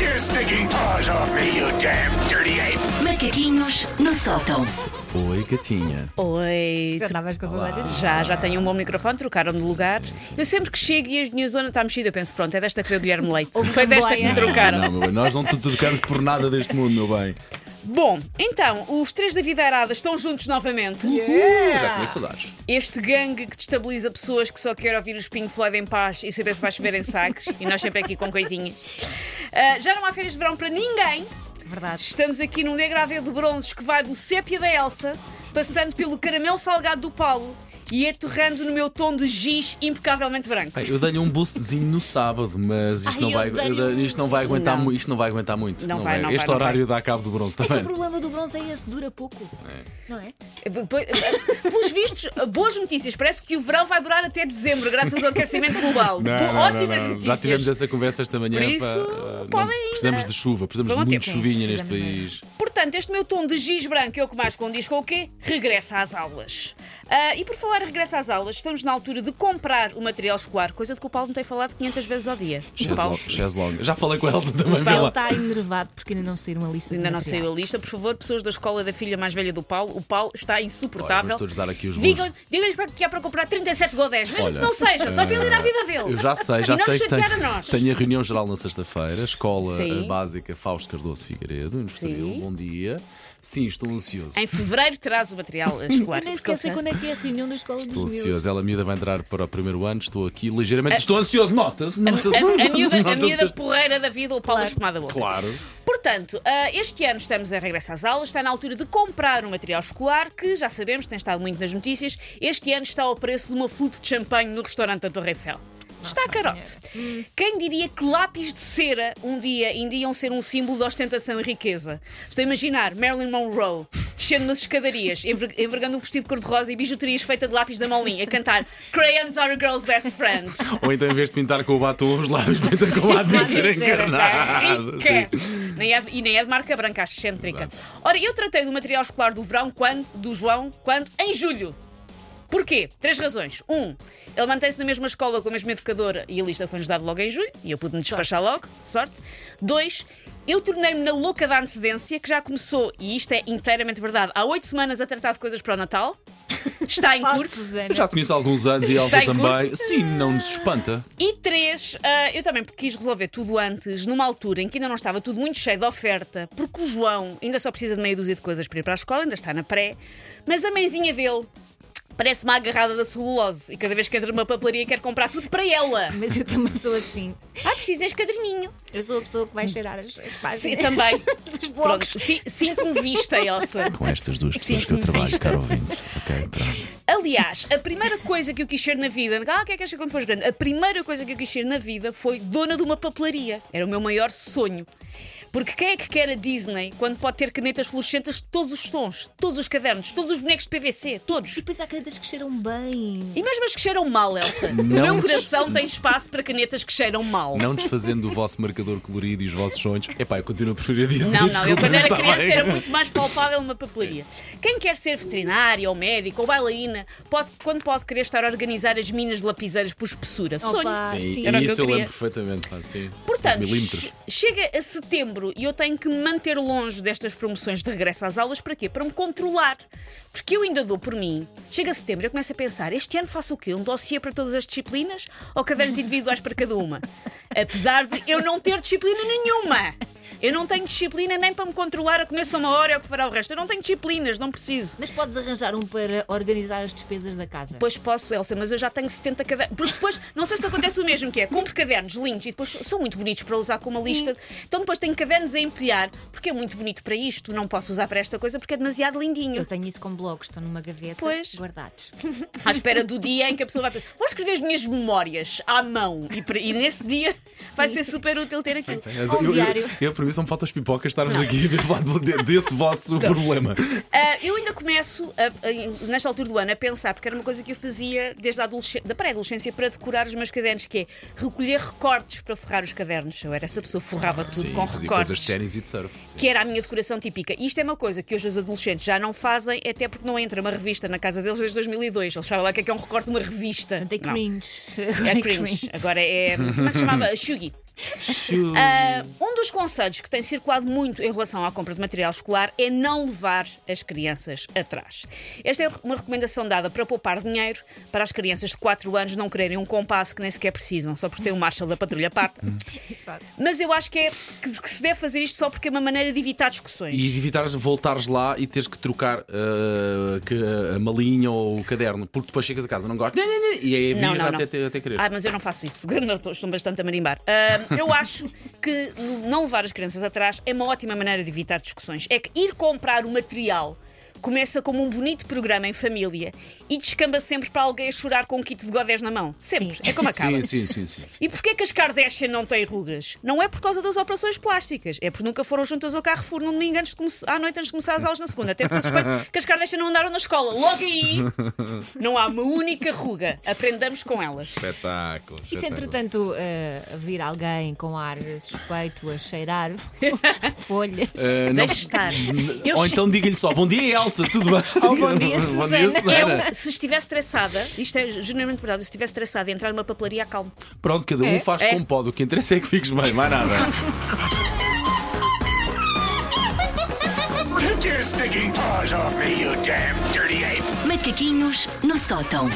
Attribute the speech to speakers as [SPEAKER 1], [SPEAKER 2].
[SPEAKER 1] your stinking paws off me, you damn dirty ape!
[SPEAKER 2] Macaquinhos no sótão.
[SPEAKER 3] Oi, gatinha.
[SPEAKER 4] Oi.
[SPEAKER 5] Já estavas com saudades de
[SPEAKER 4] Já, já tenho um bom microfone, trocaram de lugar.
[SPEAKER 3] Sim, sim.
[SPEAKER 4] Eu sempre que chego e a minha zona está mexida, eu penso, pronto, é desta que veio o Guilherme Leite.
[SPEAKER 5] Houve
[SPEAKER 4] Foi desta que me
[SPEAKER 5] assembleia.
[SPEAKER 4] trocaram.
[SPEAKER 3] Não, meu bem, nós não te trocamos por nada deste mundo, meu bem.
[SPEAKER 4] Bom, então, os três da vida arada estão juntos novamente.
[SPEAKER 3] Já tinha saudades.
[SPEAKER 4] Este gangue que destabiliza pessoas que só quer ouvir os Pink Floyd em paz e saber se vai chover em sacres. e nós sempre aqui com coisinhas. Ah, já não há férias de verão para ninguém.
[SPEAKER 5] verdade.
[SPEAKER 4] Estamos aqui num degradê de bronzes que vai do sépia da Elsa, passando pelo caramelo salgado do Paulo e aterrando no meu tom de giz impecavelmente branco.
[SPEAKER 3] Bem, eu dei-lhe um boostzinho no sábado, mas isto,
[SPEAKER 5] Ai,
[SPEAKER 3] não,
[SPEAKER 5] eu
[SPEAKER 3] vai, eu
[SPEAKER 5] dei-lhe
[SPEAKER 3] dei- isto não vai aguentar
[SPEAKER 4] Não.
[SPEAKER 3] muito. Isto não vai aguentar muito.
[SPEAKER 4] um Não vai, não vai,
[SPEAKER 3] este
[SPEAKER 4] não
[SPEAKER 3] horário dá cabo do bronze
[SPEAKER 5] É que
[SPEAKER 3] também.
[SPEAKER 5] o problema do bronze é esse, dura pouco. Não é?
[SPEAKER 4] Depois- ah, Pelos vistos, boas notícias. Parece que o verão vai durar até dezembro, graças ao aquecimento global.
[SPEAKER 3] Não,
[SPEAKER 4] Bo-
[SPEAKER 3] não, não,
[SPEAKER 4] Ótimas
[SPEAKER 3] não. Já
[SPEAKER 4] notícias.
[SPEAKER 3] tivemos essa conversa esta manhã.
[SPEAKER 4] Por isso,
[SPEAKER 3] pá, ah, não-
[SPEAKER 4] podem ainda. um
[SPEAKER 3] Precisamos de chuva, precisamos
[SPEAKER 4] Vão
[SPEAKER 3] de muito
[SPEAKER 4] ter.
[SPEAKER 3] chuvinha neste país.
[SPEAKER 5] precisamos
[SPEAKER 4] Portanto, este meu tom de giz branco, eu que mais condiz com o quê? Regressa às aulas. Ah, e por falar em regresso às aulas, estamos na altura de comprar o material escolar, coisa de que o Paulo me tem falado 500 vezes ao dia.
[SPEAKER 3] Chaise
[SPEAKER 4] Paulo,
[SPEAKER 3] longue- chaise longue. Já falei com a Elsa também, vê
[SPEAKER 5] Ele
[SPEAKER 3] lá.
[SPEAKER 5] está enervado porque ainda não saíram a lista de
[SPEAKER 4] Ainda não
[SPEAKER 5] material.
[SPEAKER 4] saiu a lista, por favor, pessoas da escola da filha mais velha do Paulo. O Paulo está
[SPEAKER 3] Olha,
[SPEAKER 4] insuportável.
[SPEAKER 3] vamos todos dar aqui os
[SPEAKER 4] Digam- Digam-lhes para que há para comprar 37 godés, mesmo
[SPEAKER 3] Olha,
[SPEAKER 4] que não seja, só para ele ir à vida dele.
[SPEAKER 3] Eu já sei, já
[SPEAKER 4] e não
[SPEAKER 3] sei que
[SPEAKER 4] chatear a
[SPEAKER 3] tenho,
[SPEAKER 4] nós.
[SPEAKER 3] tenho a reunião geral na sexta-feira, Escola
[SPEAKER 4] Sim.
[SPEAKER 3] eh, Básica Fausto Cardoso Figueiredo, no Estoril.
[SPEAKER 4] Sim.
[SPEAKER 3] Bom dia. Sim, estou ansioso.
[SPEAKER 4] Em fevereiro terás o material escolar.
[SPEAKER 5] Eu nem sequer sei quando é que é a reunião da escola
[SPEAKER 3] Estou
[SPEAKER 5] dos
[SPEAKER 3] ansioso.
[SPEAKER 5] meus.
[SPEAKER 3] Ela, a miúda, vai entrar para o primeiro ano. Estou aqui ligeiramente. Estou ansioso, nota-se. Nota
[SPEAKER 4] A, a miúda, a miúda porreira da vida, o Paulo é
[SPEAKER 5] Claro.
[SPEAKER 4] Espumada Boa.
[SPEAKER 3] Claro.
[SPEAKER 4] Portanto, ah, este ano estamos a regressar às aulas, está na altura de comprar um material escolar que já sabemos, tem estado muito nas notícias. Este ano está ao preço de uma flute de champanhe no restaurante da Torre Eiffel. está carote. Quem diria que lápis de cera um dia ainda iam ser um símbolo de ostentação e riqueza? Estou a imaginar Marilyn Monroe descendo umas escadarias, enver- envergando um vestido de cor-de-rosa e bijuterias feita de lápis da Molin, a cantar Crayons are a girl's best friends.
[SPEAKER 3] Ou então, em vez de pintar com o batom os lábios, pinta com o lápis de
[SPEAKER 5] lápis de
[SPEAKER 3] cera
[SPEAKER 5] cera,
[SPEAKER 4] é
[SPEAKER 3] encarnado.
[SPEAKER 4] Rica.
[SPEAKER 3] Sim.
[SPEAKER 4] Nem é, e nem é de marca branca, acho excêntrica. Ora, eu tratei do material escolar do verão quando, do João, quando? Em julho. Porquê? Três razões. Um, ele mantém-se na mesma escola com a mesma educadora e a lista foi-nos dada logo em julho e eu pude-me
[SPEAKER 5] Sorte.
[SPEAKER 4] despachar logo, sorte. Dois, eu tornei-me na louca da antecedência que já começou, e isto é inteiramente verdade, há oito semanas a tratar de coisas para o Natal. Está em
[SPEAKER 5] Fala,
[SPEAKER 4] curso.
[SPEAKER 5] Susana.
[SPEAKER 3] Eu já te conheço há alguns anos e a
[SPEAKER 4] Está
[SPEAKER 3] Elsa
[SPEAKER 4] em curso.
[SPEAKER 3] também. Sim, não nos espanta.
[SPEAKER 4] E três, ah, eu também quis resolver tudo antes, numa altura em que ainda não estava tudo muito cheio de oferta, porque o João ainda só precisa de meia dúzia de coisas para ir para a escola, ainda está na pré, mas a mãezinha dele parece uma agarrada da celulose e cada vez que entra numa papelaria quer comprar tudo para ela.
[SPEAKER 5] Mas eu também sou assim.
[SPEAKER 4] Ah, preciso deste caderninho.
[SPEAKER 5] Eu sou a pessoa que vai cheirar as, as páginas.
[SPEAKER 4] Sim, também.
[SPEAKER 5] dos blocos.
[SPEAKER 4] Pronto, si- sinto-me vista, Elsa.
[SPEAKER 3] Com estas duas
[SPEAKER 4] pessoas que eu trabalho,
[SPEAKER 3] caro ouvinte. Ok, pronto.
[SPEAKER 4] Aliás, a primeira coisa que eu quis ser na vida, ah, o que é que achas quando fores grande? A primeira coisa que eu quis ser na vida foi dona de uma papelaria. Era o meu maior sonho. Porque quem é que quer a Disney quando pode ter canetas fluorescentes de todos os tons, todos os cadernos, todos os bonecos de PVC,
[SPEAKER 5] E
[SPEAKER 4] todos?
[SPEAKER 5] depois há canetas que cheiram bem.
[SPEAKER 4] E mesmo as que cheiram mal, Elsa. O
[SPEAKER 3] Não
[SPEAKER 4] meu
[SPEAKER 3] des-
[SPEAKER 4] coração tem espaço para canetas que cheiram mal.
[SPEAKER 3] Não desfazendo o vosso marcador colorido e os vossos sonhos. Epá, eu continuo a preferir disso.
[SPEAKER 4] Não, não, eu
[SPEAKER 3] Desculpa,
[SPEAKER 4] quando
[SPEAKER 3] mas
[SPEAKER 4] era
[SPEAKER 3] está
[SPEAKER 4] criança
[SPEAKER 3] bem.
[SPEAKER 4] era muito mais palpável uma papelaria. Quem quer ser veterinário ou médico ou bailarina, pode, quando pode querer estar a organizar as minas de lapizeiras por espessura?
[SPEAKER 5] Opa,
[SPEAKER 4] Sonho.
[SPEAKER 3] Sim,
[SPEAKER 5] Sim,
[SPEAKER 3] e
[SPEAKER 4] era o que
[SPEAKER 3] isso
[SPEAKER 4] eu
[SPEAKER 3] eu,
[SPEAKER 4] queria.
[SPEAKER 3] lembro perfeitamente. Pá, sim.
[SPEAKER 4] Portanto,
[SPEAKER 3] Os milímetros.
[SPEAKER 4] che- chega a setembro e eu tenho que me manter longe destas promoções de regresso às aulas para quê? Para me controlar. Porque eu ainda dou por mim. Chega a setembro, eu começo a pensar: este ano faço o quê? Um dossiê para todas as disciplinas ou cadernos individuais para cada uma? Apesar de eu não ter disciplina nenhuma. Eu não tenho disciplina nem para me controlar a comer só uma hora e é o que fará o resto. Eu não tenho disciplinas, não preciso.
[SPEAKER 5] Mas podes arranjar um para organizar as despesas da casa.
[SPEAKER 4] Depois posso, Elsa, mas eu já tenho 70 cadernos. Porque depois, não sei se te acontece o mesmo, que é compro cadernos lindos e depois são muito bonitos para usar com uma lista. Então depois tenho cadernos a empilhar, porque é muito bonito para isto, não posso usar para esta coisa porque é demasiado lindinho.
[SPEAKER 5] Eu tenho isso com blocos, estão numa gaveta
[SPEAKER 4] Pois.
[SPEAKER 5] guardados.
[SPEAKER 4] À espera do dia em que a pessoa vai pensar, vou escrever as minhas memórias à mão e, para- e nesse dia vai ser super útil ter aquilo.
[SPEAKER 5] Ou um
[SPEAKER 3] É, eu,
[SPEAKER 5] diário.
[SPEAKER 3] eu, eu, para mim são faltas pipocas estarmos aqui a ver falar de- desse vosso problema.
[SPEAKER 4] Ah, eu ainda começo, a- a- nesta altura do ano, a pensar, porque era uma coisa que eu fazia desde a adolescência, da pré-adolescência para decorar os meus cadernos, que é recolher recortes para forrar os cadernos. Eu era essa pessoa que forrava tudo
[SPEAKER 3] Sim,
[SPEAKER 4] com
[SPEAKER 3] fazia coisas de
[SPEAKER 4] recortes.
[SPEAKER 3] ténis e de surf. Sim.
[SPEAKER 4] Que era a minha decoração típica. E isto é uma coisa que hoje os adolescentes já não fazem, até porque não entra uma revista na casa deles desde 2002. Eles sabem lá o que é, que é um recorte de uma revista.
[SPEAKER 5] Portanto, é
[SPEAKER 4] Não.
[SPEAKER 5] cringe.
[SPEAKER 4] É cringe. Agora é. Como é que se chamava? Shugi.
[SPEAKER 3] Chu.
[SPEAKER 4] Ah, um dos conselhos que tem circulado muito em relação à compra de material escolar é não levar as crianças atrás. Esta é uma recomendação dada para poupar dinheiro, para as crianças de 4 anos não quererem um compasso que nem sequer precisam, só por ter um Marshall da Patrulha Parta.
[SPEAKER 5] Hum. Exato.
[SPEAKER 4] Mas eu acho que, é, que, que se deve fazer isto só porque é uma maneira de evitar discussões.
[SPEAKER 3] E de evitares voltares lá e teres que trocar eh, que a malinha ou o caderno, porque depois chegas a casa, não gosto, e aí a birra até, até, até querer.
[SPEAKER 4] Ah, mas eu não faço isso. Não, estou, estou bastante a marimbar. Ah, eu acho que não levar as crianças atrás é uma ótima maneira de evitar discussões. É que ir comprar o material começa como um bonito programa em família e descamba sempre para alguém a chorar com um kit de godés na mão. Sempre.
[SPEAKER 5] Sim.
[SPEAKER 4] É como acaba.
[SPEAKER 3] sim, sim, sim, sim, sim.
[SPEAKER 4] E porquê que as Kardashian não têm rugas? Não é por causa das operações plásticas, é porque nunca foram juntas ao Carrefour num domingo antes de come- à noite antes de começar as aulas na segunda. Até porque eu suspeito que as Kardashian não andaram na escola. Logo aí não há uma única ruga. Aprendamos com elas.
[SPEAKER 3] Espetáculo.
[SPEAKER 5] E se entretanto eh, vir alguém com ar suspeito a cheirar folhas.
[SPEAKER 4] Eh,
[SPEAKER 3] Ah,
[SPEAKER 4] Deixa estar. Eu
[SPEAKER 3] Ou
[SPEAKER 4] che-
[SPEAKER 3] então diga-lhe só, bom dia Elsa, tudo bem?
[SPEAKER 5] Ou bom dia, Susana.
[SPEAKER 3] Susana.
[SPEAKER 4] eu, se estivesse estressada, isto é genuinamente verdade, se estivesse estressada e entrar numa papelaria, acalmo.
[SPEAKER 3] Pronto, cada um
[SPEAKER 5] É.
[SPEAKER 3] faz
[SPEAKER 4] É.
[SPEAKER 3] como pode, o que interessa é que fiques bem, mais nada.
[SPEAKER 1] Take your stinking paws off me, you damn dirty ape!
[SPEAKER 2] Macaquinhos no sótão.